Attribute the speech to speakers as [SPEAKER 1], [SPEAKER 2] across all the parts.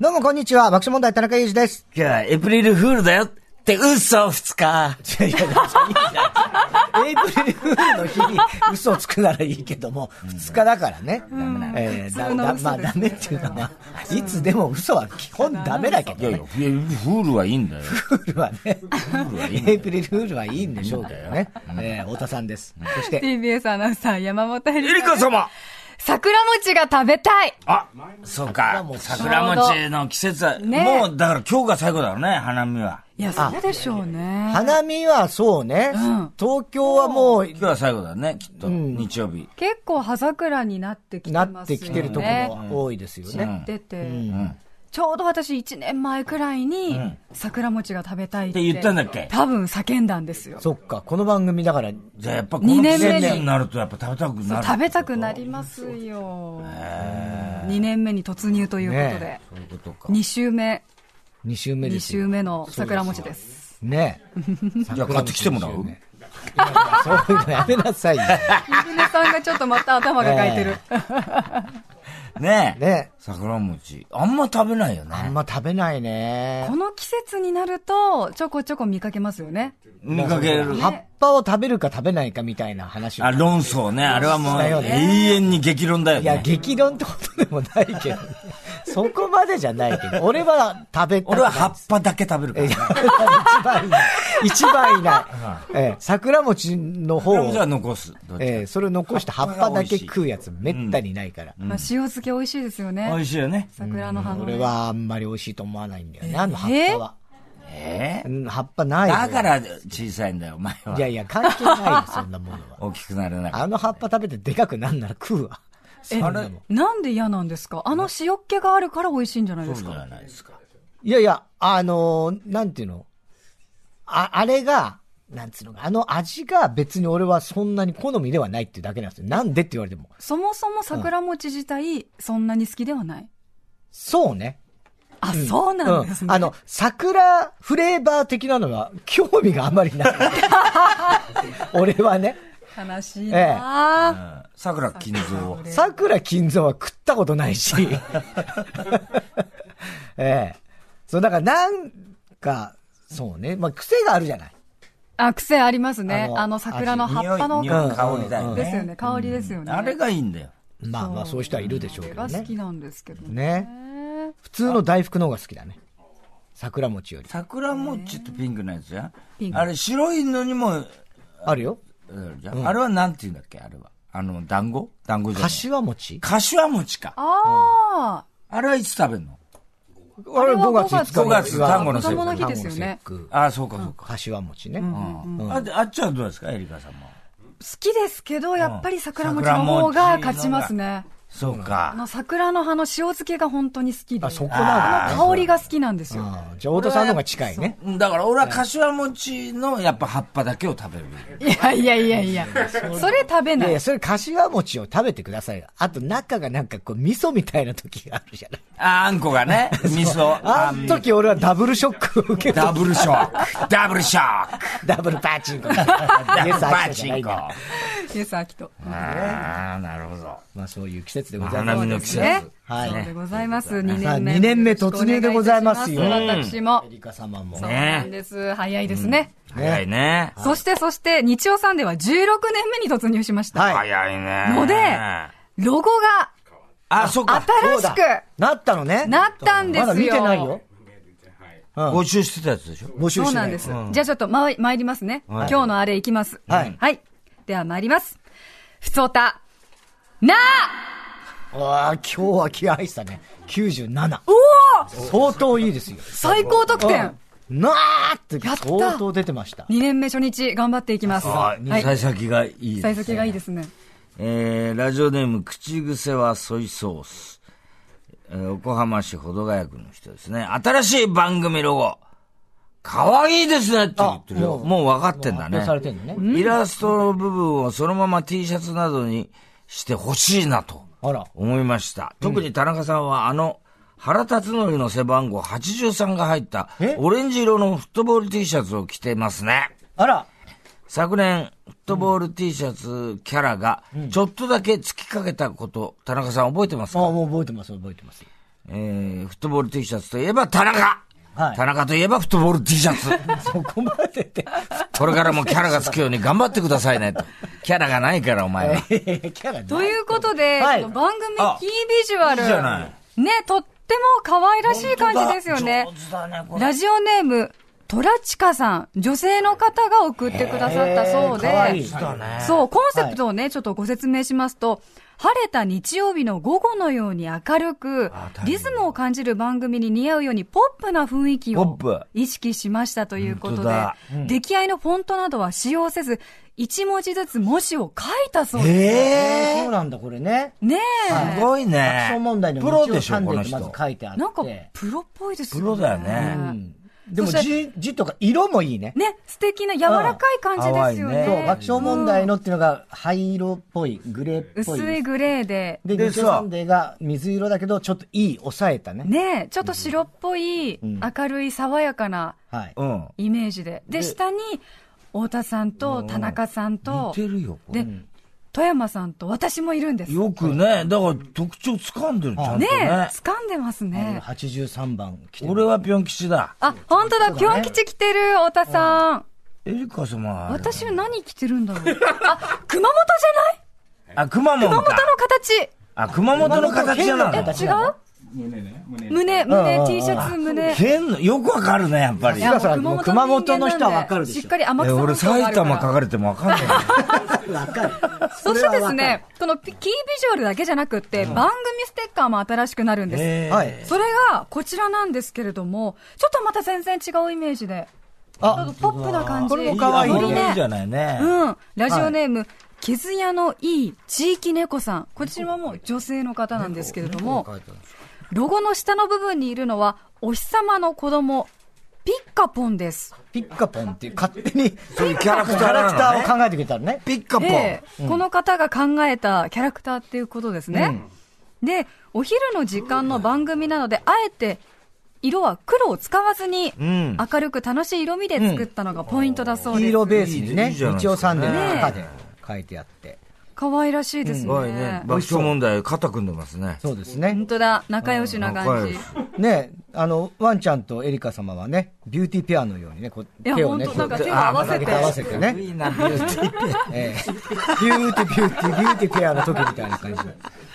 [SPEAKER 1] どうもこんにちは、爆笑問題田中裕二です。
[SPEAKER 2] いや、エプリルフールだよって嘘二日。
[SPEAKER 3] いやいや、いいじゃん。エイプリルフールの日に嘘をつくならいいけども、2日だからね。えーだだまあダメっていうのは、いつでも嘘は基本ダメだけ
[SPEAKER 2] いや
[SPEAKER 3] ど
[SPEAKER 2] いや、
[SPEAKER 3] ね。
[SPEAKER 2] フールはいいんだよ。
[SPEAKER 3] フールはね、エイプリルフールはいいんでしょうけどね。えー太田さんです。そして、
[SPEAKER 4] TBS アナウンサー山本エ
[SPEAKER 2] エ
[SPEAKER 4] リ
[SPEAKER 2] リカ様
[SPEAKER 4] 桜餅が食べたい
[SPEAKER 2] あ、そうか。桜餅の季節は、
[SPEAKER 4] ね
[SPEAKER 2] もうだから今日が最後だろうね、花見は。
[SPEAKER 4] いや、そうでしょうね。
[SPEAKER 3] 花見はそうね、
[SPEAKER 4] ん
[SPEAKER 3] 東京はもう、
[SPEAKER 2] 今日は最後だね、きっと。日曜日。
[SPEAKER 4] 結構葉桜になってきて
[SPEAKER 3] な
[SPEAKER 4] ますよね。
[SPEAKER 3] ってきてるところ多いですよね。
[SPEAKER 4] 出て、ちょうど私1年前くらいに、桜餅が食べたいっ
[SPEAKER 2] って
[SPEAKER 4] て
[SPEAKER 2] 言ったんだっけ
[SPEAKER 4] 多分叫んだんですよ。
[SPEAKER 3] そっか、この番組だから、
[SPEAKER 2] じゃあやっぱこの
[SPEAKER 4] 二
[SPEAKER 2] 季
[SPEAKER 4] 年目
[SPEAKER 2] 節
[SPEAKER 4] に
[SPEAKER 2] になるとやっぱ食べたくなる。
[SPEAKER 4] 食べたくなりますよ。2年目に突入ということで
[SPEAKER 3] ね、
[SPEAKER 2] そういうことか。
[SPEAKER 4] 2週目、
[SPEAKER 3] 2週目
[SPEAKER 4] 2
[SPEAKER 3] ですよ
[SPEAKER 4] 週目の桜餅です。
[SPEAKER 3] ね
[SPEAKER 2] じゃあ買ってきてもらう
[SPEAKER 3] そういうのやめな さいよ。
[SPEAKER 4] ゆねさんがちょっとまた頭がかいてる。
[SPEAKER 2] ねえ。
[SPEAKER 3] ね
[SPEAKER 2] 桜餅。あんま食べないよね。
[SPEAKER 3] あんま食べないね
[SPEAKER 4] こ。の季節になると、ちょこちょこ見かけますよね。
[SPEAKER 2] 見かける。
[SPEAKER 3] 葉っぱを食べるか食べないかみたいな話を
[SPEAKER 2] あ、論争ね。あれはもう
[SPEAKER 3] だよ
[SPEAKER 2] 永
[SPEAKER 3] ね
[SPEAKER 2] 遠に激論だよ
[SPEAKER 3] いや、
[SPEAKER 2] ね。
[SPEAKER 3] 激論ってことでもないけど、そこまでじゃないけど、俺は食べたくない
[SPEAKER 2] 俺は葉っぱだけ食べるからね。
[SPEAKER 3] 一番いない。一番いない。 ええ桜餅の方
[SPEAKER 2] 桜餅は
[SPEAKER 3] を、
[SPEAKER 2] 残す。どっちか
[SPEAKER 3] ええそれを残して葉っぱだけ食うやつめったにないから。
[SPEAKER 4] まあ、塩漬け美味しいですよ
[SPEAKER 2] 美味
[SPEAKER 4] ね。
[SPEAKER 2] しいよね。
[SPEAKER 4] 桜の葉のね。
[SPEAKER 3] 俺はあんまり美味しいと思わないんだよね、あの葉っぱは。
[SPEAKER 2] ええ
[SPEAKER 3] うん葉っぱないよ。
[SPEAKER 2] だから小さいんだよ、お前はい
[SPEAKER 3] やいや、関係ないよ、そんなもの は。
[SPEAKER 2] 大きくなれない。
[SPEAKER 3] あの葉っぱ食べてでかくなんなら食うわ。そんなもん
[SPEAKER 4] なんで嫌なんですかあの塩っ気があるから美味しいんじゃないです
[SPEAKER 2] そうじゃ
[SPEAKER 4] か
[SPEAKER 2] ないですか。
[SPEAKER 3] いやいや、あのーなんていうのあ、あれが、なんつうのか、あの味が別に俺はそんなに好みではないっていうだけなんですよ。なんでって言われても。
[SPEAKER 4] そもそも桜餅自体、そんなに好きではない。
[SPEAKER 3] そうね。
[SPEAKER 4] あ、そうなんですね。
[SPEAKER 3] あの、桜フレーバー的なのは興味があまり ない。俺はね、
[SPEAKER 4] 悲しいなあ、
[SPEAKER 2] うん桜金蔵。
[SPEAKER 3] 桜金蔵は食ったことないし。ええそう、だからなんか、そうね。まあ、癖があるじゃない。
[SPEAKER 4] あ、癖ありますね。
[SPEAKER 3] あ
[SPEAKER 4] あ
[SPEAKER 3] の
[SPEAKER 4] の、桜の葉
[SPEAKER 2] 匂
[SPEAKER 4] っぱの
[SPEAKER 2] い、匂い香りだよ
[SPEAKER 4] ですよ
[SPEAKER 2] ね。
[SPEAKER 4] ね。香りですよね。
[SPEAKER 2] あれがいいんだよ。
[SPEAKER 3] まあまあ、そういう人はいるでしょうけ
[SPEAKER 4] それ
[SPEAKER 3] ど
[SPEAKER 4] が好
[SPEAKER 3] ね。
[SPEAKER 4] きなんですけどね。
[SPEAKER 3] ね。普通の大福の方が好きだね。桜餅より。
[SPEAKER 2] 桜餅ってピンクのやつじゃん
[SPEAKER 4] ピンク
[SPEAKER 2] あれ白いのにも、
[SPEAKER 3] あるよ。
[SPEAKER 2] うんじゃんあれはなんて言うんだっけあれは。あの、団子団子じゃない。
[SPEAKER 3] 柏餅
[SPEAKER 2] 柏餅か。
[SPEAKER 4] ああ、
[SPEAKER 2] あれはいつ食べんの
[SPEAKER 3] あれ5月5日。
[SPEAKER 2] 5月単語の
[SPEAKER 4] 子供の日ですよ
[SPEAKER 3] 節
[SPEAKER 4] ね。
[SPEAKER 3] 句。
[SPEAKER 2] ああ、そうかそうか。
[SPEAKER 3] 柏餅ね。
[SPEAKER 2] うんああっちはどうですかエリカさんも。
[SPEAKER 4] 好きですけど、やっぱり桜餅の方が勝ちますね。
[SPEAKER 2] そう
[SPEAKER 4] あ
[SPEAKER 2] か。
[SPEAKER 4] の、桜の葉の塩漬けが本当に好きで。
[SPEAKER 3] あ、そこなんだ。
[SPEAKER 4] 香りが好きなんですよ。
[SPEAKER 3] あじゃあ、太田さんの方が近いね。
[SPEAKER 2] うんだから俺は柏餅のやっぱ葉っぱだけを食べる。
[SPEAKER 4] いやいやいやいや、それ食べ
[SPEAKER 3] い
[SPEAKER 4] な
[SPEAKER 3] やい
[SPEAKER 4] い
[SPEAKER 3] や、。それ柏餅を食べてくださいよ。あと中がなんかこう、味噌みたいな時があるじゃない。
[SPEAKER 2] あ、あんこが ね、味噌。
[SPEAKER 3] あの時俺はダブルショックを 受けた。
[SPEAKER 2] ダブルショック。ダブルショック。
[SPEAKER 3] ダブルパチンコ。
[SPEAKER 2] ダブルパ
[SPEAKER 3] イエスアキトじ
[SPEAKER 2] チ
[SPEAKER 3] ゃないん
[SPEAKER 2] ン
[SPEAKER 3] だ
[SPEAKER 2] コ。あ
[SPEAKER 4] イエス・アキト。
[SPEAKER 2] あ、なるほど。
[SPEAKER 3] まあそういう季節でございま
[SPEAKER 2] 花
[SPEAKER 3] す
[SPEAKER 2] 見。の季
[SPEAKER 4] ね
[SPEAKER 2] 節。。
[SPEAKER 3] はい
[SPEAKER 4] そうでございます。2
[SPEAKER 3] さあ
[SPEAKER 4] 年目。
[SPEAKER 3] 二年目突入でございますよ
[SPEAKER 4] よろしくお願いいたします
[SPEAKER 3] エ
[SPEAKER 4] 私も。
[SPEAKER 3] リカ様も
[SPEAKER 4] そう。なんです。早いですね。
[SPEAKER 2] 早いね。
[SPEAKER 4] そして、そして、日曜サンデーは16年目に突入しました。
[SPEAKER 3] はい
[SPEAKER 2] 早いね。
[SPEAKER 4] のでロゴが
[SPEAKER 2] あ、そっか。
[SPEAKER 4] 新し
[SPEAKER 3] そうだ
[SPEAKER 4] く
[SPEAKER 3] なったのね。
[SPEAKER 4] なったんですよ。
[SPEAKER 3] まだ見てないよ。うん
[SPEAKER 2] 募集してたやつでしょ
[SPEAKER 3] 募集
[SPEAKER 4] そう
[SPEAKER 3] して
[SPEAKER 4] な
[SPEAKER 3] なんい
[SPEAKER 4] で。す。じゃあちょっと、まい、参りますね。今日のあれいきます。
[SPEAKER 3] はい
[SPEAKER 4] では参ります。ふつおた。なあ
[SPEAKER 3] ああ、今日は気合いしたね。97。
[SPEAKER 4] おお
[SPEAKER 3] 相当いいですよ。
[SPEAKER 4] 最高得点
[SPEAKER 3] なあって
[SPEAKER 4] やった
[SPEAKER 3] 相当出てました。
[SPEAKER 4] !2 年目初日頑張っていきます。はい。
[SPEAKER 2] 幸先がいいですね。
[SPEAKER 4] 幸先がいいですね。
[SPEAKER 2] えー、ラジオネーム、口癖はソイソース。えー、横浜市保土ヶ谷区の人ですね。新しい番組ロゴ。可愛いですねって言ってるよ。
[SPEAKER 3] あもう
[SPEAKER 2] もう分かってんだ
[SPEAKER 3] 発
[SPEAKER 2] ね。
[SPEAKER 3] 表されてんのね
[SPEAKER 2] イラストの部分をそのまま T シャツなどにしてほしいなと
[SPEAKER 3] あら
[SPEAKER 2] 思いました。特に田中さんはあの、原辰徳の背番号83が入った
[SPEAKER 3] え
[SPEAKER 2] オレンジ色のフットボール T シャツを着てますね。
[SPEAKER 3] あら、
[SPEAKER 2] 昨年、フットボール T シャツキャラが、ちょっとだけ突きかけたこと、田中さん覚えてます
[SPEAKER 3] あ
[SPEAKER 2] か、
[SPEAKER 3] もう覚えてます、覚えてます。
[SPEAKER 2] えー、フットボール T シャツといえば田中、
[SPEAKER 3] はい
[SPEAKER 2] 田中といえばフットボール T シャツ。
[SPEAKER 3] そこまでで。
[SPEAKER 2] これからもキャラがつくように頑張ってくださいねと。キャラがないから、お前 は。
[SPEAKER 3] キャラ
[SPEAKER 4] ということで、
[SPEAKER 3] はい
[SPEAKER 4] その番組
[SPEAKER 2] あ
[SPEAKER 4] キービジュアル。
[SPEAKER 2] いいじゃな
[SPEAKER 4] ね、とっても可愛らしい感じですよね。ラジオネーム、トラチカさん、女性の方が送ってくださったそうで、
[SPEAKER 3] へー可愛い
[SPEAKER 4] そう、コンセプトをね、ちょっとご説明しますと、晴れた日曜日の午後のように明るく、リズムを感じる番組に似合うようにポップな雰囲気
[SPEAKER 2] ポッ
[SPEAKER 4] を
[SPEAKER 2] プ
[SPEAKER 4] 意識しましたということ
[SPEAKER 2] 本当
[SPEAKER 4] で
[SPEAKER 2] だ、
[SPEAKER 4] 出来合いのフォントなどは使用せず、一文字ずつ文字を書いたそうです。
[SPEAKER 2] え
[SPEAKER 3] そうなんだ、これね。
[SPEAKER 4] ね
[SPEAKER 2] ー、
[SPEAKER 4] え。
[SPEAKER 2] すごいね。
[SPEAKER 3] 爆笑問題の
[SPEAKER 2] プ
[SPEAKER 3] 道を
[SPEAKER 2] ロでしょ、この
[SPEAKER 3] 3列まず
[SPEAKER 2] 人。
[SPEAKER 3] 書いてあって。
[SPEAKER 4] なんか、プロっぽいですよね。
[SPEAKER 2] プロだよね
[SPEAKER 3] うんでも
[SPEAKER 4] そして
[SPEAKER 3] 字、字とか色もいいね。
[SPEAKER 4] ね、素敵な柔らかい感じですよ
[SPEAKER 2] う
[SPEAKER 3] そう
[SPEAKER 2] ん淡い
[SPEAKER 4] ね。
[SPEAKER 2] ね
[SPEAKER 3] 爆笑問題のっていうのが灰色っぽい、グレーっぽい。
[SPEAKER 4] 薄いグレーで、
[SPEAKER 3] で、
[SPEAKER 2] で
[SPEAKER 3] 日曜
[SPEAKER 2] さ
[SPEAKER 3] サンデーが水色だけど、ちょっといい、抑えたね。
[SPEAKER 4] ね、ちょっと白っぽい、明るい爽やかな
[SPEAKER 3] はい。
[SPEAKER 2] うん。
[SPEAKER 4] イメージで。で、下に、太田さんと田中さん
[SPEAKER 2] 似
[SPEAKER 4] と、
[SPEAKER 2] てるよ、これ
[SPEAKER 4] で。、富山さんと私もいるんです。ね
[SPEAKER 2] よくね、だから特徴掴んでる、ちゃんとね。
[SPEAKER 4] 掴んでますね。
[SPEAKER 3] 83番来てる。
[SPEAKER 2] 俺はピョン吉だ。
[SPEAKER 4] あ、本当だ、ぴょん吉着てる、太田さん。
[SPEAKER 2] エリカ様はあれだ
[SPEAKER 4] 私は何着てるんだろう。あ、熊本
[SPEAKER 2] あ、熊
[SPEAKER 4] じゃ
[SPEAKER 2] 本
[SPEAKER 4] ない熊本の
[SPEAKER 2] か。
[SPEAKER 4] 形。
[SPEAKER 2] あ、熊本の形なんだ。
[SPEAKER 4] 違う胸、
[SPEAKER 3] うんうんう
[SPEAKER 4] 胸、
[SPEAKER 3] ん
[SPEAKER 4] T シャツ、胸。
[SPEAKER 2] 変の、よくわかるね、やっぱり。
[SPEAKER 4] いや
[SPEAKER 3] さん
[SPEAKER 4] もう
[SPEAKER 3] 熊本の
[SPEAKER 4] 人
[SPEAKER 3] 人は
[SPEAKER 4] 間なんで
[SPEAKER 3] わかるでしょ
[SPEAKER 4] しっかり天
[SPEAKER 2] え、
[SPEAKER 4] 草
[SPEAKER 2] 俺埼玉書
[SPEAKER 4] か
[SPEAKER 2] かれてもわかんない。
[SPEAKER 3] わかる。
[SPEAKER 4] そ
[SPEAKER 3] れ
[SPEAKER 4] して
[SPEAKER 3] はわ
[SPEAKER 4] です
[SPEAKER 3] かる
[SPEAKER 4] ね、このピキービジュアルだけじゃなくって、番組ステッカーも新しくなるんです。
[SPEAKER 2] えー
[SPEAKER 3] はい。
[SPEAKER 4] それがこちらなんですけれども、ちょっとまた全然違うイメージで、ちょ
[SPEAKER 3] あ
[SPEAKER 4] っ、とポップな感じ。
[SPEAKER 3] これも可愛いね
[SPEAKER 4] ノリ
[SPEAKER 2] いいじゃないね。
[SPEAKER 4] うん。ラジオネーム、ケズヤのいい地域猫さん。こちらはもう女性の方なんですけれども、ロゴの下の部分にいるのは、お日様の子供、ピッカポンです。
[SPEAKER 3] ピッカポンっていう勝手に、
[SPEAKER 2] そういうキャラク
[SPEAKER 3] キ
[SPEAKER 2] ター
[SPEAKER 3] ャ
[SPEAKER 2] な
[SPEAKER 3] ラ
[SPEAKER 2] の
[SPEAKER 3] クタ
[SPEAKER 2] ね
[SPEAKER 3] ーを考えてくれたのね。
[SPEAKER 2] ピッカポン
[SPEAKER 4] え。えこの方が考えたキャラクターっていうことですね。で、お昼の時間の番組なので、あえて、色は黒を使わずに、
[SPEAKER 2] ん
[SPEAKER 4] 明るく楽しい色味で作ったのがポイントだそう
[SPEAKER 3] 黄
[SPEAKER 4] です。
[SPEAKER 3] 色ベースに
[SPEAKER 2] いい
[SPEAKER 3] ね、
[SPEAKER 2] じゃないですか
[SPEAKER 3] 日曜サンデーの中で書いてあって。
[SPEAKER 4] 可愛らしいです
[SPEAKER 2] す
[SPEAKER 4] ね。
[SPEAKER 2] ごいね。爆笑問題、肩組んでますね。
[SPEAKER 3] そうですね
[SPEAKER 4] 本。当だ、仲良しな
[SPEAKER 2] 仲
[SPEAKER 4] 感
[SPEAKER 2] 良
[SPEAKER 4] じ
[SPEAKER 2] し。
[SPEAKER 3] ね、あの、ワンちゃんとエリカ様はね、ビューティーペアのようにね、こう
[SPEAKER 4] いや
[SPEAKER 3] 手をね、
[SPEAKER 4] 本当
[SPEAKER 3] こう
[SPEAKER 4] なんか手を合わせて
[SPEAKER 3] 手を合わせてね。
[SPEAKER 2] いいな、ビューティー。
[SPEAKER 3] ええビューティービューティービューティーペアの時みたいな感じ。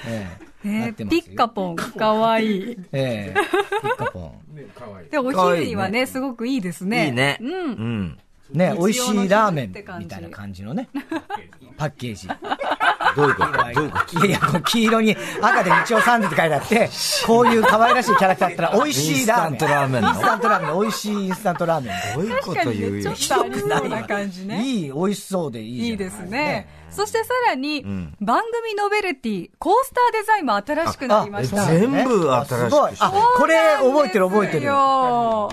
[SPEAKER 3] ええ
[SPEAKER 4] ね
[SPEAKER 3] なってます
[SPEAKER 4] ピ
[SPEAKER 3] よ
[SPEAKER 4] ッカポン、可愛い
[SPEAKER 3] ええピッカポン。
[SPEAKER 4] で、お昼にはね、すごくいいですね。
[SPEAKER 2] いいね。
[SPEAKER 4] うん。
[SPEAKER 2] うん。
[SPEAKER 3] ね、
[SPEAKER 4] 日
[SPEAKER 3] 美味しいラーメン
[SPEAKER 4] 曜の昼って感じ
[SPEAKER 3] みたいな感じの ね、パッケージ。
[SPEAKER 2] どういうことどういうこ
[SPEAKER 3] いやいや、こう黄色に赤で日曜サンデーって書いてあって、こういう可愛らしいキャラクターだったら、美味しいラーメン。
[SPEAKER 2] インスタントラーメンの
[SPEAKER 3] インスタントラーメン、美味しいインスタントラーメン。
[SPEAKER 2] とどういうこ
[SPEAKER 4] 確か
[SPEAKER 2] と
[SPEAKER 4] に
[SPEAKER 2] 言う
[SPEAKER 4] ね、ちょ
[SPEAKER 2] よ
[SPEAKER 4] っ。とありそうな感じね。
[SPEAKER 3] いい、美味しそうでいいじゃん
[SPEAKER 4] いいですね。。そしてさらに、番組ノベルティ、コースターデザインも新しくなりました。
[SPEAKER 2] 全部新しくして
[SPEAKER 3] あすごいこれ覚えてる覚えてる。は
[SPEAKER 4] よ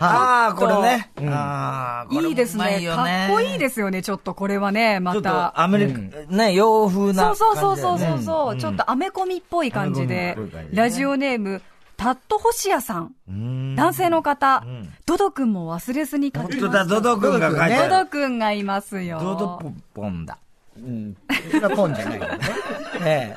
[SPEAKER 2] ああ、これね。
[SPEAKER 3] ん
[SPEAKER 2] ああ、これも
[SPEAKER 4] いいです
[SPEAKER 2] うま
[SPEAKER 4] ね
[SPEAKER 2] よ
[SPEAKER 4] かっこいいですよね、ちょっとこれはね、
[SPEAKER 2] ちょ
[SPEAKER 4] ま
[SPEAKER 2] っと
[SPEAKER 4] た。
[SPEAKER 2] アメリカ、ね、洋風
[SPEAKER 4] そ
[SPEAKER 2] な
[SPEAKER 4] うそうそ
[SPEAKER 2] 感
[SPEAKER 4] う
[SPEAKER 2] じだ
[SPEAKER 4] そ
[SPEAKER 2] よ
[SPEAKER 4] う
[SPEAKER 2] ね。
[SPEAKER 4] そうそう、ちょっとアメコミっぽい感じ
[SPEAKER 2] アメ
[SPEAKER 4] で
[SPEAKER 2] コミっぽい感、じね
[SPEAKER 4] ラジオネーム、タットホシヤさん。
[SPEAKER 2] うん
[SPEAKER 4] 男性の方、ドド君も忘れずに書き
[SPEAKER 2] 本当
[SPEAKER 4] ま
[SPEAKER 2] だ、
[SPEAKER 4] す。
[SPEAKER 2] ドド君が書いて
[SPEAKER 4] ド
[SPEAKER 2] ある。
[SPEAKER 4] ド君がいますよ。
[SPEAKER 2] ドドポンポンだ。
[SPEAKER 3] うん。それはポンじゃないからね。え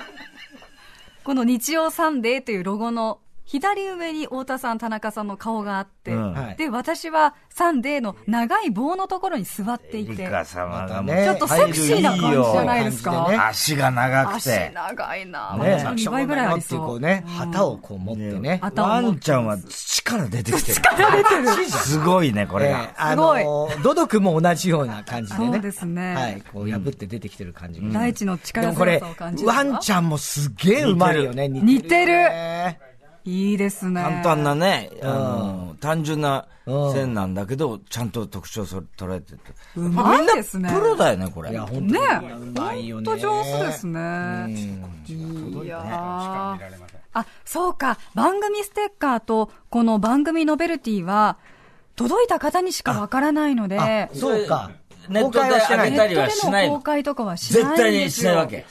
[SPEAKER 4] この日曜サンデーというロゴの左上に太田さん、田中さんの顔があって、
[SPEAKER 2] うん
[SPEAKER 3] え。はい。
[SPEAKER 4] で、私はサンデーの長い棒のところに座ってい
[SPEAKER 2] リ
[SPEAKER 4] て、
[SPEAKER 2] カ様がもう
[SPEAKER 3] またね
[SPEAKER 4] ちょっとセクシーな感じじゃない
[SPEAKER 3] 入るいいよ
[SPEAKER 4] です
[SPEAKER 3] 感じ
[SPEAKER 4] か。
[SPEAKER 3] でね
[SPEAKER 2] 足が長く
[SPEAKER 4] 足
[SPEAKER 2] て。
[SPEAKER 4] 長いな、
[SPEAKER 3] ね
[SPEAKER 4] 本当に2倍ぐらいあり
[SPEAKER 3] っていうこ
[SPEAKER 4] そうう。
[SPEAKER 3] ね、旗をこう持ってね。
[SPEAKER 4] あ頭
[SPEAKER 2] ワ
[SPEAKER 4] も
[SPEAKER 2] ンちゃんは土から出てきてる。
[SPEAKER 4] 出てる。
[SPEAKER 2] すごいね、これ
[SPEAKER 3] ええ
[SPEAKER 2] が。
[SPEAKER 3] あのー、ドドクも同じような感じでね。
[SPEAKER 4] そうですね
[SPEAKER 3] はい、こう破って出てきてる感じが。
[SPEAKER 4] 大地の
[SPEAKER 3] で
[SPEAKER 4] 力
[SPEAKER 3] もこれ
[SPEAKER 4] 強さを感じ、る。
[SPEAKER 3] ワンちゃんもすげえうまいよね、
[SPEAKER 4] 似てる。
[SPEAKER 3] ね
[SPEAKER 4] いいですね。
[SPEAKER 2] 簡単なね、あの、単純な
[SPEAKER 3] うん
[SPEAKER 2] 線なんだけど、ちゃんと特徴そ捉えてて。
[SPEAKER 4] うまいですね。
[SPEAKER 2] プロだよね、これ。
[SPEAKER 3] いや、本
[SPEAKER 4] ね
[SPEAKER 3] 当に。うまい
[SPEAKER 4] え。
[SPEAKER 3] よ
[SPEAKER 4] ほん
[SPEAKER 3] ね。
[SPEAKER 4] と上手ですね。いやーあ、そうか。番組ステッカーと、この番組ノベルティは、届いた方にしかわからないので、
[SPEAKER 3] そうか。
[SPEAKER 2] ネットで
[SPEAKER 3] 公開はしてな
[SPEAKER 2] 上
[SPEAKER 3] い
[SPEAKER 2] げ
[SPEAKER 4] ネ
[SPEAKER 2] た
[SPEAKER 4] ッ
[SPEAKER 2] りは
[SPEAKER 4] ト
[SPEAKER 2] し
[SPEAKER 4] で
[SPEAKER 2] ない
[SPEAKER 4] の公
[SPEAKER 2] の。
[SPEAKER 4] 開とかはしない
[SPEAKER 2] 絶
[SPEAKER 4] んですよ。
[SPEAKER 2] 対にしないわけ。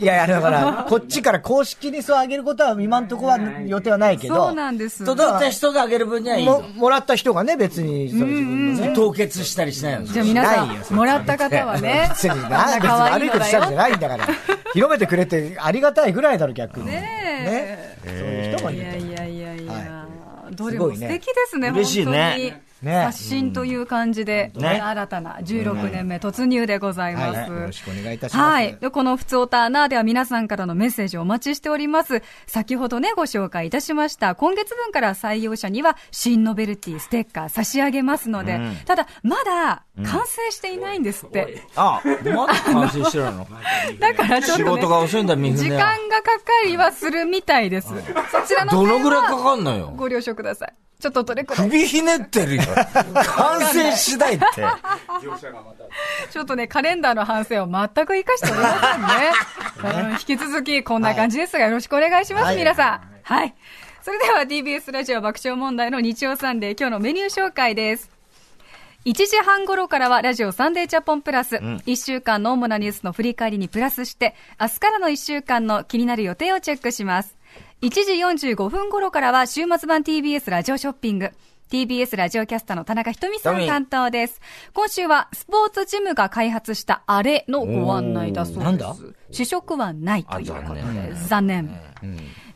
[SPEAKER 3] いやいや、だから、こっちから公式にそうあげることは今んとこは予定はないけど。
[SPEAKER 4] そうなんです。
[SPEAKER 2] 届いた人が上げる分にはいい
[SPEAKER 3] も
[SPEAKER 2] の。
[SPEAKER 3] もらった人がね、別に、それ自分のね。
[SPEAKER 2] 凍結したりしないの。
[SPEAKER 4] じゃあ皆さ
[SPEAKER 3] ないよ
[SPEAKER 4] ん、もらった方はね、
[SPEAKER 3] 別にな、
[SPEAKER 4] あんな
[SPEAKER 3] 別に
[SPEAKER 4] 可愛
[SPEAKER 3] 悪
[SPEAKER 4] い
[SPEAKER 3] い
[SPEAKER 4] の
[SPEAKER 3] こと
[SPEAKER 4] だ
[SPEAKER 3] したわけじゃな
[SPEAKER 4] よ。
[SPEAKER 3] いんだから。広めてくれてありがたいぐらいだろ、逆に。
[SPEAKER 4] ね
[SPEAKER 3] そういう人もい
[SPEAKER 4] い
[SPEAKER 3] る
[SPEAKER 4] やいやいやいや、ど
[SPEAKER 3] す
[SPEAKER 4] れ
[SPEAKER 3] ご
[SPEAKER 4] も
[SPEAKER 3] い
[SPEAKER 4] 素
[SPEAKER 3] ね
[SPEAKER 4] 敵ですね、
[SPEAKER 2] 嬉しい
[SPEAKER 4] 本当
[SPEAKER 2] ね
[SPEAKER 4] に。
[SPEAKER 3] ね
[SPEAKER 4] 刷新という感じで、
[SPEAKER 2] ね
[SPEAKER 4] 新たな16年目突入でございます。
[SPEAKER 3] はいよろしくお願いいたします
[SPEAKER 4] はい。でこのふつおたなーでは皆さんからのメッセージをお待ちしております。先ほどね、ご紹介いたしました。今月分から採用者には、新ノベルティステッカー差し上げますので、ただ、まだ、完成していないんですって。
[SPEAKER 2] あ、まだ完成してないの
[SPEAKER 4] だからちょっ
[SPEAKER 2] 仕
[SPEAKER 4] と、ね
[SPEAKER 2] 事、が遅いんだ、水
[SPEAKER 4] 時
[SPEAKER 2] 船
[SPEAKER 4] 間
[SPEAKER 2] は。
[SPEAKER 4] がかかりはするみたいです。そちらの
[SPEAKER 2] どの
[SPEAKER 4] 点
[SPEAKER 2] ぐらい
[SPEAKER 4] は
[SPEAKER 2] かかんのよ。
[SPEAKER 4] ご了承ください。ちょっとどれくらい、
[SPEAKER 2] 首ひねってるよ。完成次第って。
[SPEAKER 4] ちょっとね、カレンダーの反省を全く生かしておりません ね。あの引き続き、こんな感じですが、よろしくお願いします、皆さん。はい。それでは TBS ラジオ爆笑問題の日曜サンデー、今日のメニュー紹介です。1時半頃からはラジオサンデーチャポンプラス、1週間の主なニュースの振り返りにプラスして、明日からの1週間の気になる予定をチェックします。1時45分頃からは週末版 TBS ラジオショッピング。TBS ラジオキャスターの田中ひとみさん担当です。今週はスポーツジムが開発したあれのご案内だそうです。
[SPEAKER 3] なんだ
[SPEAKER 4] 試食はないということです。残念。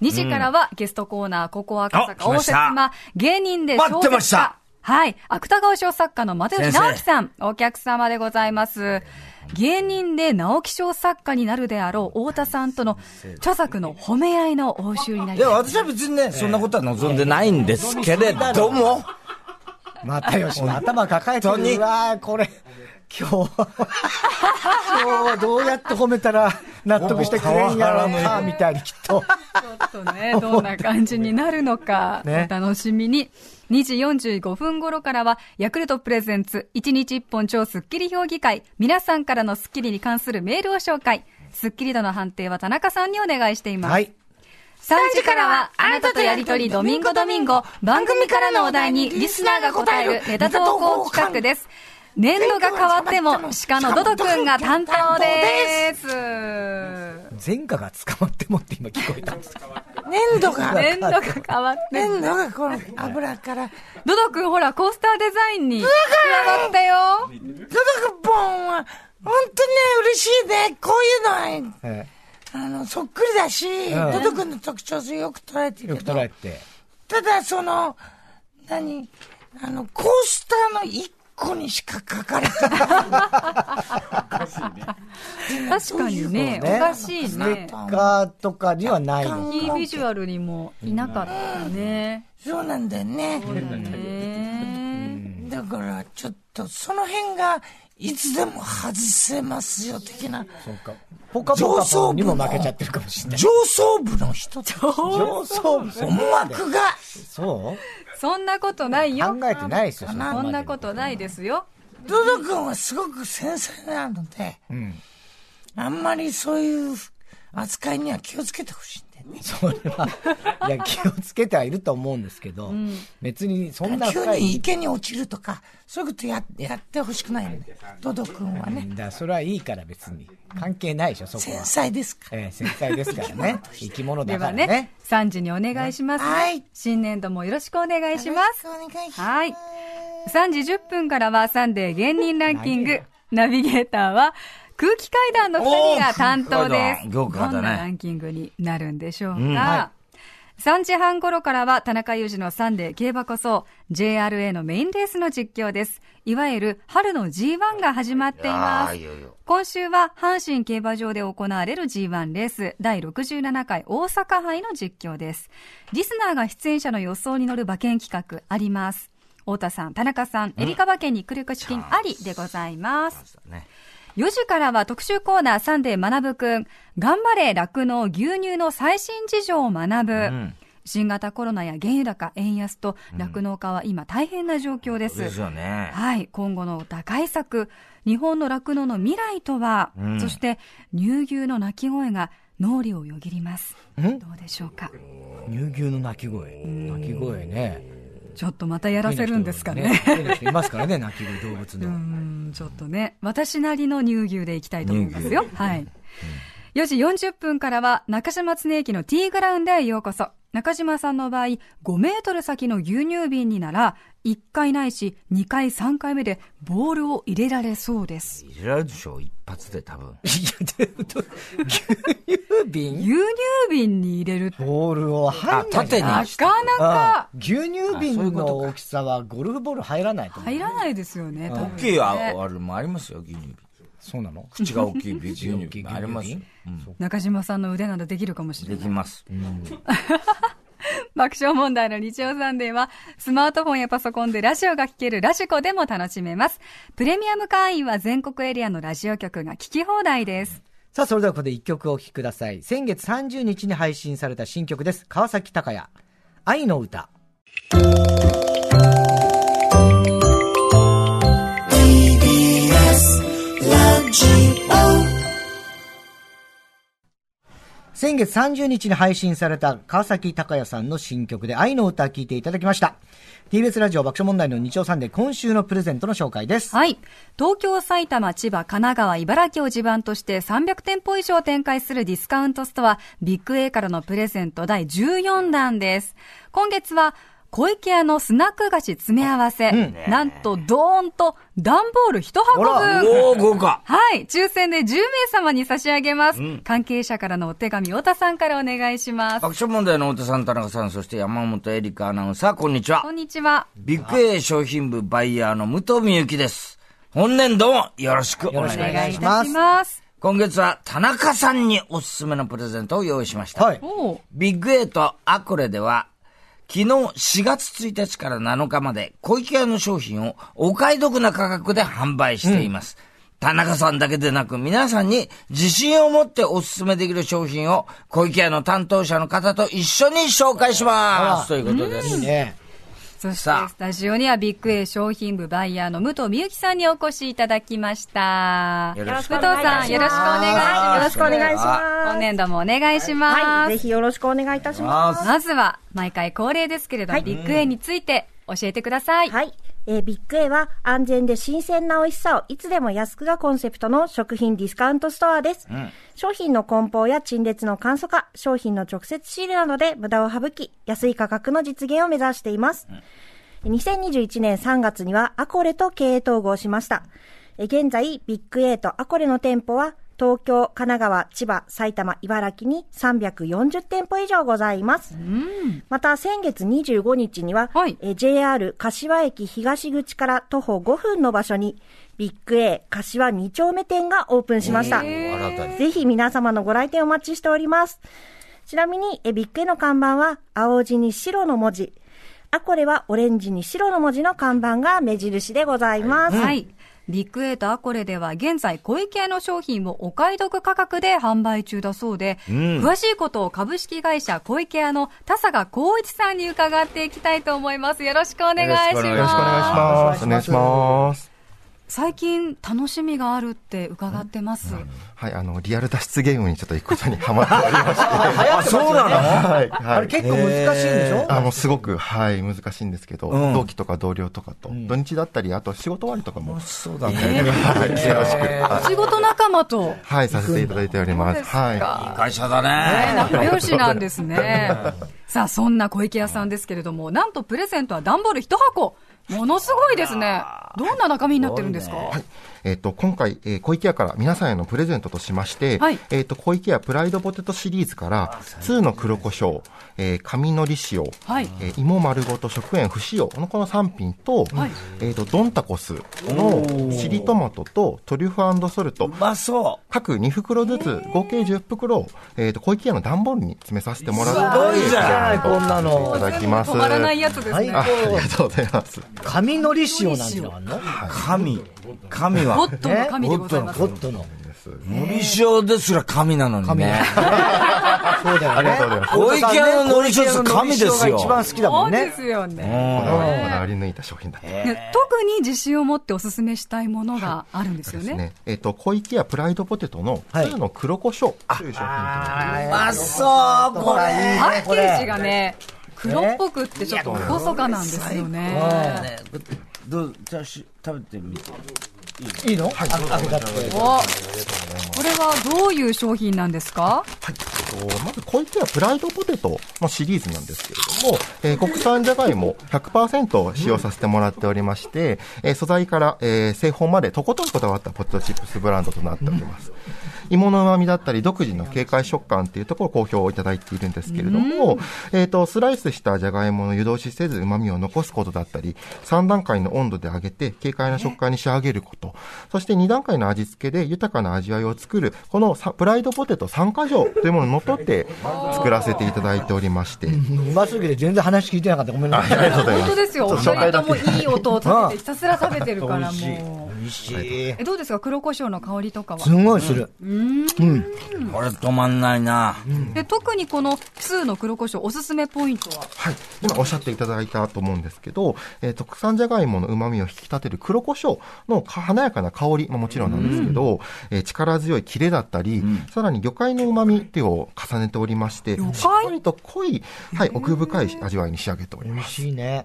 [SPEAKER 4] 2時からはゲストコーナー、ここ赤
[SPEAKER 2] あ
[SPEAKER 4] 坂
[SPEAKER 2] 来
[SPEAKER 4] 大
[SPEAKER 2] ました
[SPEAKER 4] 説間、芸人で
[SPEAKER 2] 待ってました
[SPEAKER 4] 小説家はい。芥川賞作家の又吉直樹さん、お客様でございます。芸人で直木賞作家になるであろう太田さんとの著作の褒め合いの応酬になり
[SPEAKER 2] いや、
[SPEAKER 4] ます。
[SPEAKER 2] 私は別にね、そんなことは望んでないんですけれども、
[SPEAKER 3] またよし、頭抱えて
[SPEAKER 2] 本当に
[SPEAKER 3] る。うわーこれ、今日は、今日はどうやって褒めたら納得してくれんやろうか、みたいにきっと。
[SPEAKER 4] ちょっとね、どんな感じになるのか、
[SPEAKER 3] ね
[SPEAKER 4] お楽しみに。2時45分頃からは、ヤクルトプレゼンツ、1日1本超スッキリ評議会、皆さんからのスッキリに関するメールを紹介。スッキリ度の判定は田中さんにお願いしています。
[SPEAKER 3] はい。
[SPEAKER 4] 3時からは、あなたとやりとりドミンゴドミンゴ、番組からのお題にリスナーが答えるネタ投稿企画です。年度が変わっても、鹿のドドくんが担当です。
[SPEAKER 3] 前科が捕まってもって今聞こえたんです
[SPEAKER 5] 粘土が、
[SPEAKER 4] 年度が変わっても
[SPEAKER 5] 粘土がこの油から、
[SPEAKER 4] ドドくんほら、コースターデザインに加わったよ。
[SPEAKER 5] ゾドクポンは、本当にね、嬉しいね。こういうのは、
[SPEAKER 3] え
[SPEAKER 5] あの、そっくりだし、
[SPEAKER 3] ん
[SPEAKER 5] ゾドクの特徴性よく捉えて
[SPEAKER 3] え
[SPEAKER 5] る
[SPEAKER 3] よ
[SPEAKER 5] け
[SPEAKER 3] く
[SPEAKER 5] ど
[SPEAKER 3] 捉、えて。
[SPEAKER 5] ただその、何、あの、コースターの一個にしか書かれてない。
[SPEAKER 4] 確かにね、
[SPEAKER 3] そうね
[SPEAKER 4] おかしいね。
[SPEAKER 3] かとかにはないの
[SPEAKER 4] キービジュアルにもいなかったね。
[SPEAKER 5] そうなんだよね。
[SPEAKER 4] ね
[SPEAKER 5] だから、ちょっと、その辺が、いつでも外せますよ、的な。
[SPEAKER 3] ポカポカポンにも負けちゃってるかもしれない。
[SPEAKER 5] 上層部の人と
[SPEAKER 3] 上層部そん
[SPEAKER 5] 思惑が、
[SPEAKER 3] そう
[SPEAKER 4] そんなことないよ。
[SPEAKER 3] 考えてないですよ、
[SPEAKER 4] そんな
[SPEAKER 3] と。
[SPEAKER 4] ことないですよ。
[SPEAKER 5] ドド君はすごく繊細なので、あんまりそういう扱いには気をつけてほしいんだよね。
[SPEAKER 3] それは、いや、気をつけてはいると思うんですけど、別にそんな
[SPEAKER 5] 急
[SPEAKER 3] 深
[SPEAKER 5] に
[SPEAKER 3] い。
[SPEAKER 5] 池に落ちるとか、そういうことややってほしくないよね。ドド君はね、
[SPEAKER 3] だからそれはいいから別に。関係ないでしょ、そこ
[SPEAKER 5] 繊
[SPEAKER 3] は。
[SPEAKER 5] 細ですから。
[SPEAKER 3] ええ、繊細ですから ね。生き物
[SPEAKER 4] で
[SPEAKER 3] だか
[SPEAKER 4] は
[SPEAKER 3] らね
[SPEAKER 4] ね。、3時にお願いしますね。
[SPEAKER 5] はい
[SPEAKER 4] 新年度もよろしくお願いします。
[SPEAKER 5] よろしくお願いします。
[SPEAKER 4] はい。3時10分からはサンデー芸人ランキング。ナビゲーターは空気階段の2人が担当です。
[SPEAKER 2] おー空気階段
[SPEAKER 4] どんなランキングになるんでしょうか。3時半頃からは田中裕二のサンデー競馬こそ JRA のメインレースの実況です。いわゆる春の G1 が始まっていま
[SPEAKER 2] あ
[SPEAKER 4] す
[SPEAKER 2] い。よいよ。
[SPEAKER 4] 今週は阪神競馬場で行われる G1 レース第67回大阪杯の実況です。リスナーが出演者の予想に乗る馬券企画あります。太田さん、田中さん、エリカ馬券に来る資金ありでございます。
[SPEAKER 2] ね
[SPEAKER 4] 4時からは特集コーナーサンデー学ぶくん、頑張れ酪農牛乳の最新事情を学ぶ。新型コロナや原油高、円安と酪農家は今大変な状況です。
[SPEAKER 2] ですよね。
[SPEAKER 4] はい、今後の打開策、日本の酪農の未来とは、そして乳牛の鳴き声が脳裏をよぎります。どうでしょうか。
[SPEAKER 3] 乳牛の鳴き声。鳴き声ね。
[SPEAKER 4] ちょっとまたやらせるんですかね。
[SPEAKER 3] 変な人いますからね、鳴き声、動物
[SPEAKER 4] う
[SPEAKER 3] の。
[SPEAKER 4] んちょっとね、私なりの乳牛でいきたいと思いますよ。はい。4時40分からは中島恒駅の T グラウンドへようこそ。中島さんの場合、5メートル先の牛乳瓶になら、 1回ないし、2回、3回目でボールを入れられそうです。
[SPEAKER 2] 入れられるでしょ一発で多分。
[SPEAKER 3] や、でど牛乳瓶
[SPEAKER 4] 牛乳瓶に入れるって
[SPEAKER 3] ボールを入ん、
[SPEAKER 2] あ
[SPEAKER 3] ない
[SPEAKER 2] 縦に
[SPEAKER 4] な
[SPEAKER 2] して。
[SPEAKER 4] かなか
[SPEAKER 3] うん牛乳瓶の大きさはゴルフボール入らないと思う。
[SPEAKER 4] 入らないですよね、多
[SPEAKER 2] 大
[SPEAKER 4] 分
[SPEAKER 2] きいああれもありますよ、牛乳瓶。
[SPEAKER 3] そうなの
[SPEAKER 2] 口が大きい牛乳
[SPEAKER 3] 大きい牛乳
[SPEAKER 2] 瓶。
[SPEAKER 3] 瓶
[SPEAKER 2] ありますよ。
[SPEAKER 4] 中島さんの腕ならできるかもしれない
[SPEAKER 2] で。きます。
[SPEAKER 4] 爆笑問題の日曜サンデーは、スマートフォンやパソコンでラジオが聴けるラジコでも楽しめます。プレミアム会員は全国エリアのラジオ局が聞き放題です。
[SPEAKER 3] さあ、それではここで一曲お聴きください。先月30日に配信された新曲です。川崎隆也。愛の歌。先月30日に配信された川崎隆也さんの新曲で愛の歌聴いていただきました。TBS ラジオ爆笑問題の日曜サンデー今週のプレゼントの紹介です。
[SPEAKER 4] はい。東京、埼玉、千葉、神奈川、茨城を地盤として300店舗以上展開するディスカウントストア、ビッグ A からのプレゼント第14弾です。今月は、小池屋のスナック菓子詰め合わせ。なんと、ドーンと、段ボール1箱分。
[SPEAKER 2] おー、豪華
[SPEAKER 4] はい。抽選で10名様に差し上げます。関係者からのお手紙、太田さんからお願いします。
[SPEAKER 2] 爆笑問題の太田さん、田中さん、そして山本エリカアナウンサー、こんにちは
[SPEAKER 4] こ。んにちは。
[SPEAKER 2] ビッグ A 商品部バイヤーの武藤美幸です。本年度もよろしくお願いし
[SPEAKER 4] お
[SPEAKER 2] ます。
[SPEAKER 4] 願いい
[SPEAKER 3] お願
[SPEAKER 4] た
[SPEAKER 3] い
[SPEAKER 4] し
[SPEAKER 3] し
[SPEAKER 4] ます。
[SPEAKER 2] 今月は田中さんにおすすめのプレゼントを用意しました。
[SPEAKER 3] はい。
[SPEAKER 4] おう
[SPEAKER 2] ビッグ A とアコレでは、昨日4月1日から7日まで、小池屋の商品をお買い得な価格で販売しています。田中さんだけでなく皆さんに自信を持ってお勧めできる商品を小池屋の担当者の方と一緒に紹介しますということです。
[SPEAKER 3] ね
[SPEAKER 4] そして
[SPEAKER 2] さあ
[SPEAKER 4] スタジオにはビッグ A 商品部バイヤーの武藤美由紀さんにお越しいただきました。
[SPEAKER 2] よろしく
[SPEAKER 4] 武藤さん、よろしくお願いします。
[SPEAKER 6] よろしくお願いし
[SPEAKER 4] 今
[SPEAKER 6] ます。
[SPEAKER 4] 年度もお願いします。
[SPEAKER 6] はい、ぜひよろしくお願いいたします。
[SPEAKER 4] まずは、毎回恒例ですけれども、ビッグ A について教えてください。
[SPEAKER 6] はい。えービッグ A は安全で新鮮な美味しさをいつでも安くがコンセプトの食品ディスカウントストアです。商品の梱包や陳列の簡素化、商品の直接仕入れなどで無駄を省き、安い価格の実現を目指しています。2021年3月にはアコレと経営統合しました。え現在、ビッグ A とアコレの店舗は、東京、神奈川、千葉、埼玉、茨城に340店舗以上ございます。また、先月25日には、
[SPEAKER 4] はい
[SPEAKER 6] え JR 柏駅東口から徒歩5分の場所に、ビッグ A 柏2丁目店がオープンしました。ぜひ皆様のご来店お待ちしております。ちなみに、えビッグ A の看板は、青地に白の文字。アコレはオレンジに白の文字の看板が目印でございます。
[SPEAKER 4] はい。ビッグエイとアコレでは現在小池屋の商品をお買い得価格で販売中だそうで、詳しいことを株式会社小池屋の田坂光一さんに伺っていきたいと思います。よろしくお願いします。
[SPEAKER 2] よろしくお願いします
[SPEAKER 7] よろしくお願いします。お願いします。
[SPEAKER 4] 最近楽しみがあるって伺ってます。
[SPEAKER 7] はい、あの、リアル脱出ゲームにちょっと行くことにハマっておりまして。
[SPEAKER 2] あ、そうなの
[SPEAKER 7] はい、はい。
[SPEAKER 3] あれ結構難しいんでしょ
[SPEAKER 7] あの、すごく、はい、難しいんですけど、同期とか同僚とかと、土日だったり、あと仕事終わりとかも、
[SPEAKER 2] そうだね。
[SPEAKER 7] はい、よろしく、はい
[SPEAKER 4] 仕事仲間 と。
[SPEAKER 7] はい、させていただいております。はい。
[SPEAKER 2] 会社だね。
[SPEAKER 4] 仲良しなんです ね。さあ、そんな小池屋さんですけれども、なんとプレゼントは段ボール1箱。ものすごいですね。どんな中身になってるんですか
[SPEAKER 7] はいえっと今回、えー、小池屋から皆さんへのプレゼントとしまして、
[SPEAKER 4] はい
[SPEAKER 7] えっと小池屋プライドポテトシリーズから、2の黒胡椒、えー、紙のり塩、
[SPEAKER 4] はい
[SPEAKER 7] えー芋丸ごと食塩不使用のこの3品と、
[SPEAKER 4] はい
[SPEAKER 7] えっとドンタコスのチリトマトとトリュフソルト、
[SPEAKER 2] うまそ
[SPEAKER 7] 各2袋ずつ合計10袋を、えっと小池屋の段ボールに詰めさせてもらう
[SPEAKER 2] すごいじゃ
[SPEAKER 7] んこんなのいただきます。
[SPEAKER 4] 止まらないやつです
[SPEAKER 3] はい、
[SPEAKER 4] ね。
[SPEAKER 7] あありがとうございます。
[SPEAKER 3] 紙のり塩なんてのあんの
[SPEAKER 2] う。神。神は
[SPEAKER 4] ゴ。ッドの神でございます
[SPEAKER 3] ゴ。ッドの。
[SPEAKER 2] のり塩ですら神なのにね。
[SPEAKER 3] そうだよね。
[SPEAKER 7] ありがとうございます。
[SPEAKER 2] 小池屋ののり塩って神ですよ。
[SPEAKER 3] 一番好きだも
[SPEAKER 4] そ
[SPEAKER 3] ん
[SPEAKER 4] う
[SPEAKER 3] ね
[SPEAKER 4] で。すよね。
[SPEAKER 7] こだわりこだわり抜いた商品だった
[SPEAKER 4] ね特に自信を持っておすすめしたいものがあるんですよね。
[SPEAKER 7] ね、えっ、と、小池屋プライドポテトの
[SPEAKER 3] はい
[SPEAKER 7] 2の黒胡椒という商品となっておりま
[SPEAKER 2] あ、そう、これ。
[SPEAKER 4] パッケージがね、黒っぽくってちょっと細かなんですよね。
[SPEAKER 2] ねどう、じゃあし、食べてみて。
[SPEAKER 3] いいのあ、ありがとう。
[SPEAKER 4] おこれはどういう商品なんですか
[SPEAKER 7] す。とまず小池はプライドポテトのシリーズなんですけれども、えー国産じゃがいも100%使用させてもらっておりまして、えー素材から、えー製法までとことんこだわったポテトチップスブランドとなっております。芋の旨味だったり、独自の軽快食感っていうところを好評いただいているんですけれども、えっ、と、スライスしたじゃがいもの湯通しせず旨味を残すことだったり、3段階の温度で揚げて軽快な食感に仕上げること、そして2段階の味付けで豊かな味わいを作る、このさプライドポテト3か条というものにのっとって作らせていただいておりまして、
[SPEAKER 3] うますぎて全然話聞いてなかった。ごめんな
[SPEAKER 7] あり
[SPEAKER 3] さい。
[SPEAKER 7] がとうござい
[SPEAKER 4] 本
[SPEAKER 7] ま
[SPEAKER 4] 当
[SPEAKER 7] す。
[SPEAKER 4] ですよ。お
[SPEAKER 7] ちょ
[SPEAKER 4] 二
[SPEAKER 7] っと紹介
[SPEAKER 4] 人
[SPEAKER 7] だ
[SPEAKER 4] と
[SPEAKER 7] け
[SPEAKER 4] もいい音を立てて、ひたすら食べてるから
[SPEAKER 3] 美味しい
[SPEAKER 4] もう。
[SPEAKER 3] 美味しい。
[SPEAKER 4] え、どうですか黒胡椒の香りとかは
[SPEAKER 3] す。ごいする。
[SPEAKER 2] これ止まんないな。
[SPEAKER 4] で、特にこの2の黒胡椒、おすすめポイントは
[SPEAKER 7] はい、今おっしゃっていただいたと思うんですけど、えー特産じゃがいもの旨味を引き立てる黒胡椒のか華やかな香り、まあ、もちろんなんですけど、えー力強いキレだったり、さらに魚介の旨味っていうのを重ねておりまして、しっかりと濃い、はい、奥深い味わいに仕上げており
[SPEAKER 3] 美
[SPEAKER 7] ま
[SPEAKER 3] 味しいね。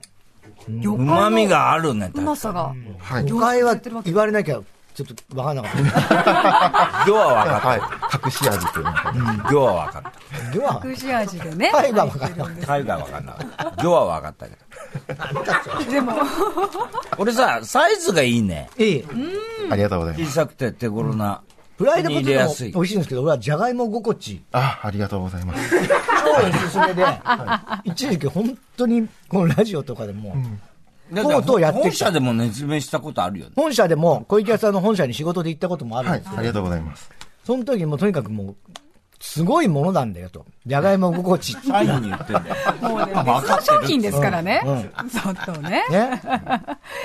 [SPEAKER 4] 魚
[SPEAKER 2] うまみがあるね。
[SPEAKER 4] うまさが。
[SPEAKER 7] す。はい。
[SPEAKER 3] 魚介は言われなきゃ、ちょっとわかんなかった。
[SPEAKER 2] 魚は分かっ
[SPEAKER 7] はい、隠し味というのが、
[SPEAKER 2] た。魚は分かった。
[SPEAKER 3] 魚は、
[SPEAKER 4] 福祉味でね。
[SPEAKER 3] 貝はわかんなかっ
[SPEAKER 2] タイが分かんなかった。魚は分かったけど。
[SPEAKER 4] でも、
[SPEAKER 2] 俺さ、サイズがいいね。
[SPEAKER 3] た。いい。
[SPEAKER 7] ありがとうござい
[SPEAKER 2] 小
[SPEAKER 7] ます。
[SPEAKER 2] さくて手頃な。
[SPEAKER 3] フライドポ
[SPEAKER 2] 入れ
[SPEAKER 3] テ
[SPEAKER 2] や
[SPEAKER 3] トも
[SPEAKER 2] すい
[SPEAKER 3] 美味しいんですけど、俺はじゃがいも心地、
[SPEAKER 7] あ、ありがとうございます。
[SPEAKER 3] 超おすすめで、一時期本当にこのラジオとかでも、とうとうやってきた
[SPEAKER 2] 本社でも熱弁したことあるよね。
[SPEAKER 3] 本社でも、小池屋さんの本社に仕事で行ったこともあるん
[SPEAKER 7] は
[SPEAKER 3] で
[SPEAKER 7] い
[SPEAKER 3] す、
[SPEAKER 7] ありがとうございます。
[SPEAKER 3] その時もうとにかくもう、すごいものなんだよと。じゃがいも心地って。
[SPEAKER 2] 最後に言ってんだよ。
[SPEAKER 4] もうね、別の商品ですからね。ちょっとね。
[SPEAKER 3] ね。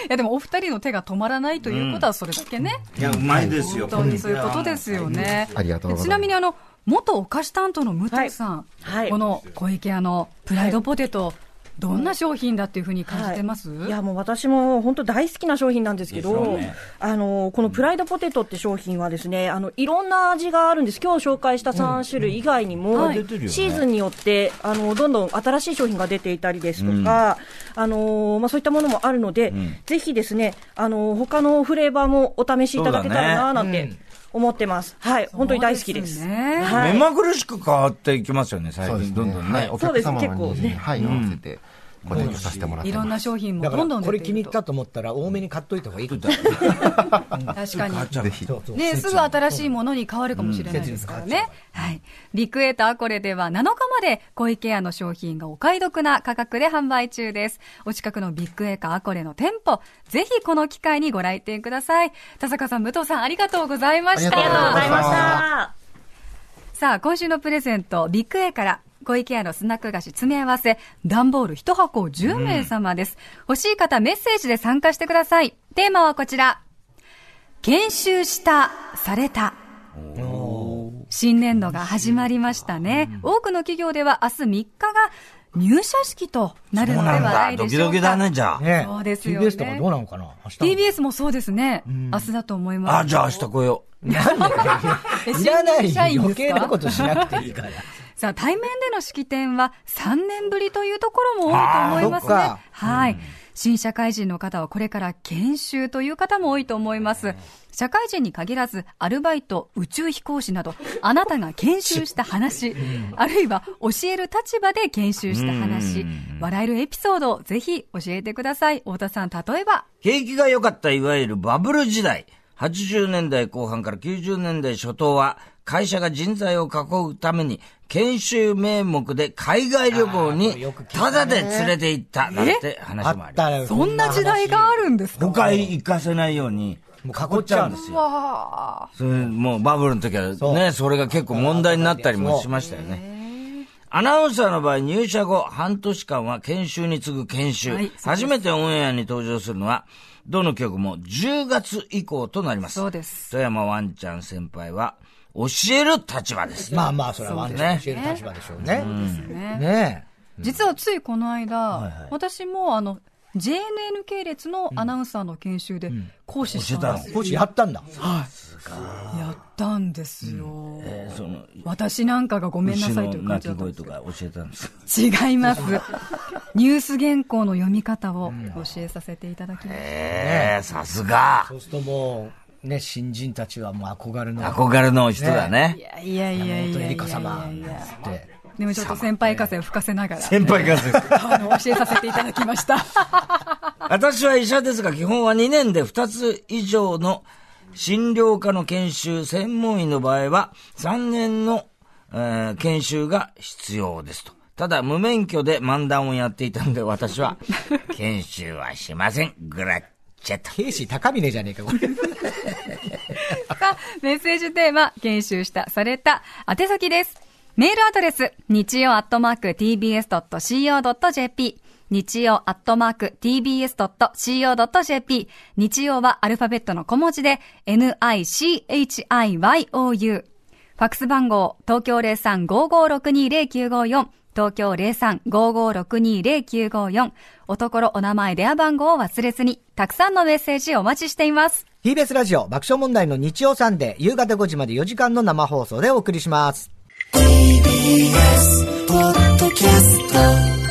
[SPEAKER 4] いや、でもお二人の手が止まらないということは、それだけね。
[SPEAKER 2] いや、うまいですよ。
[SPEAKER 4] 本当にそういうことですよね。
[SPEAKER 7] ありがとうございます
[SPEAKER 4] ちなみにあの、元お菓子担当の武藤さん、
[SPEAKER 6] はいはい
[SPEAKER 4] この小池屋のプライドポテト、どんな商品だっていうふうに感じてます、
[SPEAKER 6] はい、いやもう私も本当大好きな商品なんですけ
[SPEAKER 2] でしょ
[SPEAKER 6] ど、
[SPEAKER 2] うね
[SPEAKER 6] あのこのプライドポテトって商品はですねあのいろんな味があるんです今日紹介した3種類以外にも、
[SPEAKER 4] はい
[SPEAKER 6] シーズンによってあのどんどん新しい商品が出ていたりですとか、あのまあ、そういったものもあるので、ぜひですねあの他のフレーバーもお試しいただけたらななんて思ってます、はい本当に大好きです
[SPEAKER 4] そうですね
[SPEAKER 6] はい
[SPEAKER 2] 目まぐるしく変わっていきますよね、最
[SPEAKER 7] そうです
[SPEAKER 2] 近。
[SPEAKER 7] ね。
[SPEAKER 2] どんどん
[SPEAKER 7] はい、
[SPEAKER 2] ね。
[SPEAKER 7] お
[SPEAKER 6] そう
[SPEAKER 7] 客
[SPEAKER 6] です
[SPEAKER 7] 様のニーズに、
[SPEAKER 6] 結構ね
[SPEAKER 7] はい、合わせてご提供させてもらって
[SPEAKER 4] いろん
[SPEAKER 7] ます。
[SPEAKER 4] な商品も
[SPEAKER 3] だか
[SPEAKER 4] どんど
[SPEAKER 3] ら、
[SPEAKER 4] ん
[SPEAKER 3] こ
[SPEAKER 4] 出
[SPEAKER 3] れ
[SPEAKER 4] て
[SPEAKER 3] 気
[SPEAKER 4] い
[SPEAKER 3] に
[SPEAKER 4] る
[SPEAKER 3] 入
[SPEAKER 4] と
[SPEAKER 3] ったと思ったら、多めに買っといた方がいいと。
[SPEAKER 4] 確かに。
[SPEAKER 7] ぜひ。
[SPEAKER 3] そうそう
[SPEAKER 4] ね、すぐ新しいものに変わるかもしれないですからね。はい。ビッグエーターコレでは7日まで小池屋の商品がお買い得な価格で販売中です。お近くのビッグエーターコレの店舗、ぜひこの機会にご来店ください。田坂さん、武藤さん、ありがとうございました。
[SPEAKER 7] ありがとうござい
[SPEAKER 6] ありが
[SPEAKER 7] ました
[SPEAKER 6] とうございました
[SPEAKER 4] さあ、今週のプレゼント、ビッグ A から、小池屋のスナック菓子詰め合わせ、段ボール1箱10名様です。欲しい方、メッセージで参加してください。テーマはこちら。研修した、された。新年度が始まりましたね。多くの企業では明日3日が入社式となるのではないで
[SPEAKER 2] ドキ
[SPEAKER 4] しょう
[SPEAKER 2] ド
[SPEAKER 4] か。
[SPEAKER 2] キだね、じゃあ。
[SPEAKER 3] ね
[SPEAKER 4] そうですよね
[SPEAKER 3] TBS とかどうなのかな明日。
[SPEAKER 4] TBS もそうですね。明日だと思います。
[SPEAKER 2] あ、じゃあ明日来よう。
[SPEAKER 4] え
[SPEAKER 3] いらな
[SPEAKER 4] 新入社
[SPEAKER 3] い
[SPEAKER 4] 員
[SPEAKER 3] よ。余
[SPEAKER 4] ですか
[SPEAKER 3] 計なことしなくていいから。
[SPEAKER 4] さあ、対面での式典は3年ぶりというところも多いと思いますね
[SPEAKER 3] あーそっか。
[SPEAKER 4] はい。新社会人の方はこれから研修という方も多いと思います。社会人に限らず、アルバイト、宇宙飛行士など、あなたが研修した話、あるいは教える立場で研修した話、笑えるエピソードをぜひ教えてください。太田さん、例えば、
[SPEAKER 2] 景気が良かったいわゆるバブル時代。80年代後半から90年代初頭は、会社が人材を囲うために、研修名目で海外旅行
[SPEAKER 3] あーこれよ
[SPEAKER 2] に
[SPEAKER 3] く聞、いた
[SPEAKER 2] ただで連れて行った、なんて
[SPEAKER 3] あ
[SPEAKER 2] 話もあ
[SPEAKER 3] っ
[SPEAKER 2] り
[SPEAKER 3] た
[SPEAKER 2] ます。
[SPEAKER 3] よ。
[SPEAKER 4] そんな時代があるんですか
[SPEAKER 2] 誤解行かせないように、
[SPEAKER 3] もう囲っちゃうんです
[SPEAKER 2] よ。
[SPEAKER 4] わあ
[SPEAKER 2] それもうバブルの時は
[SPEAKER 3] そう
[SPEAKER 2] ね、それが結構問題になったりもしましたよね。アナウンサーの場合、入社後半年間は研修に次ぐ研修。
[SPEAKER 4] はいそうです
[SPEAKER 2] 初めてオンエアに登場するのは、どの曲も10月以降となります。
[SPEAKER 4] そうです
[SPEAKER 2] 富山ワンちゃん先輩は、教える立場です。
[SPEAKER 3] まあまあ、それはワンちゃん教える
[SPEAKER 4] そうね
[SPEAKER 3] 立場でしょうね。
[SPEAKER 4] ね
[SPEAKER 3] ね
[SPEAKER 4] 実はついこの間、
[SPEAKER 3] い
[SPEAKER 4] 私もあの JNN 系列のアナウンサーの研修で講師したんです、
[SPEAKER 3] え。講師やったんだ。
[SPEAKER 4] やったんですよ、
[SPEAKER 2] えーその、
[SPEAKER 4] 私なんかがごめんな
[SPEAKER 2] 牛
[SPEAKER 4] さい
[SPEAKER 2] の
[SPEAKER 4] という感
[SPEAKER 2] 鳴
[SPEAKER 4] じだ
[SPEAKER 2] き
[SPEAKER 4] ったん
[SPEAKER 2] 声
[SPEAKER 4] です
[SPEAKER 2] と
[SPEAKER 4] け
[SPEAKER 2] か
[SPEAKER 4] ど
[SPEAKER 2] 教えたんですか
[SPEAKER 4] 違いますニュース原稿の読み方を教えさせていただきました、
[SPEAKER 2] ええさすが。
[SPEAKER 3] そうするともう、ね、新人たちはもう憧れの。
[SPEAKER 2] 憧れの人だ
[SPEAKER 4] い
[SPEAKER 2] ね。
[SPEAKER 4] やいやいやいや
[SPEAKER 3] 山本恵
[SPEAKER 4] いやいや
[SPEAKER 3] 里
[SPEAKER 4] いや
[SPEAKER 3] 香様。つって。
[SPEAKER 4] でもちょっと先輩風を吹かせながら、
[SPEAKER 2] 先輩がです。
[SPEAKER 4] あの、教えさせていただきました。
[SPEAKER 2] 私は医者ですが、基本は2年で2つ以上の診療科の研修、専門医の場合は3年の、えー研修が必要ですと。ただ、無免許で漫談をやっていたので、私は、研修はしません。グラッチェと。
[SPEAKER 3] 兵士高峰じゃねえか、これ。
[SPEAKER 4] か、メッセージテーマ、研修した、された、宛先です。メールアドレス、日曜アットマーク tbs.co.jp。日曜アットマーク tbs.co.jp。日曜はアルファベットの小文字で、nichiou。ファックス番号、東京03-5562-0954。東京03-5562-0954。おところお名前、電話番号を忘れずに、たくさんのメッセージお待ちしています。
[SPEAKER 3] TBS ラジオ爆笑問題の日曜サンデー、夕方5時まで4時間の生放送でお送りします。
[SPEAKER 8] TBS ポッドキャスト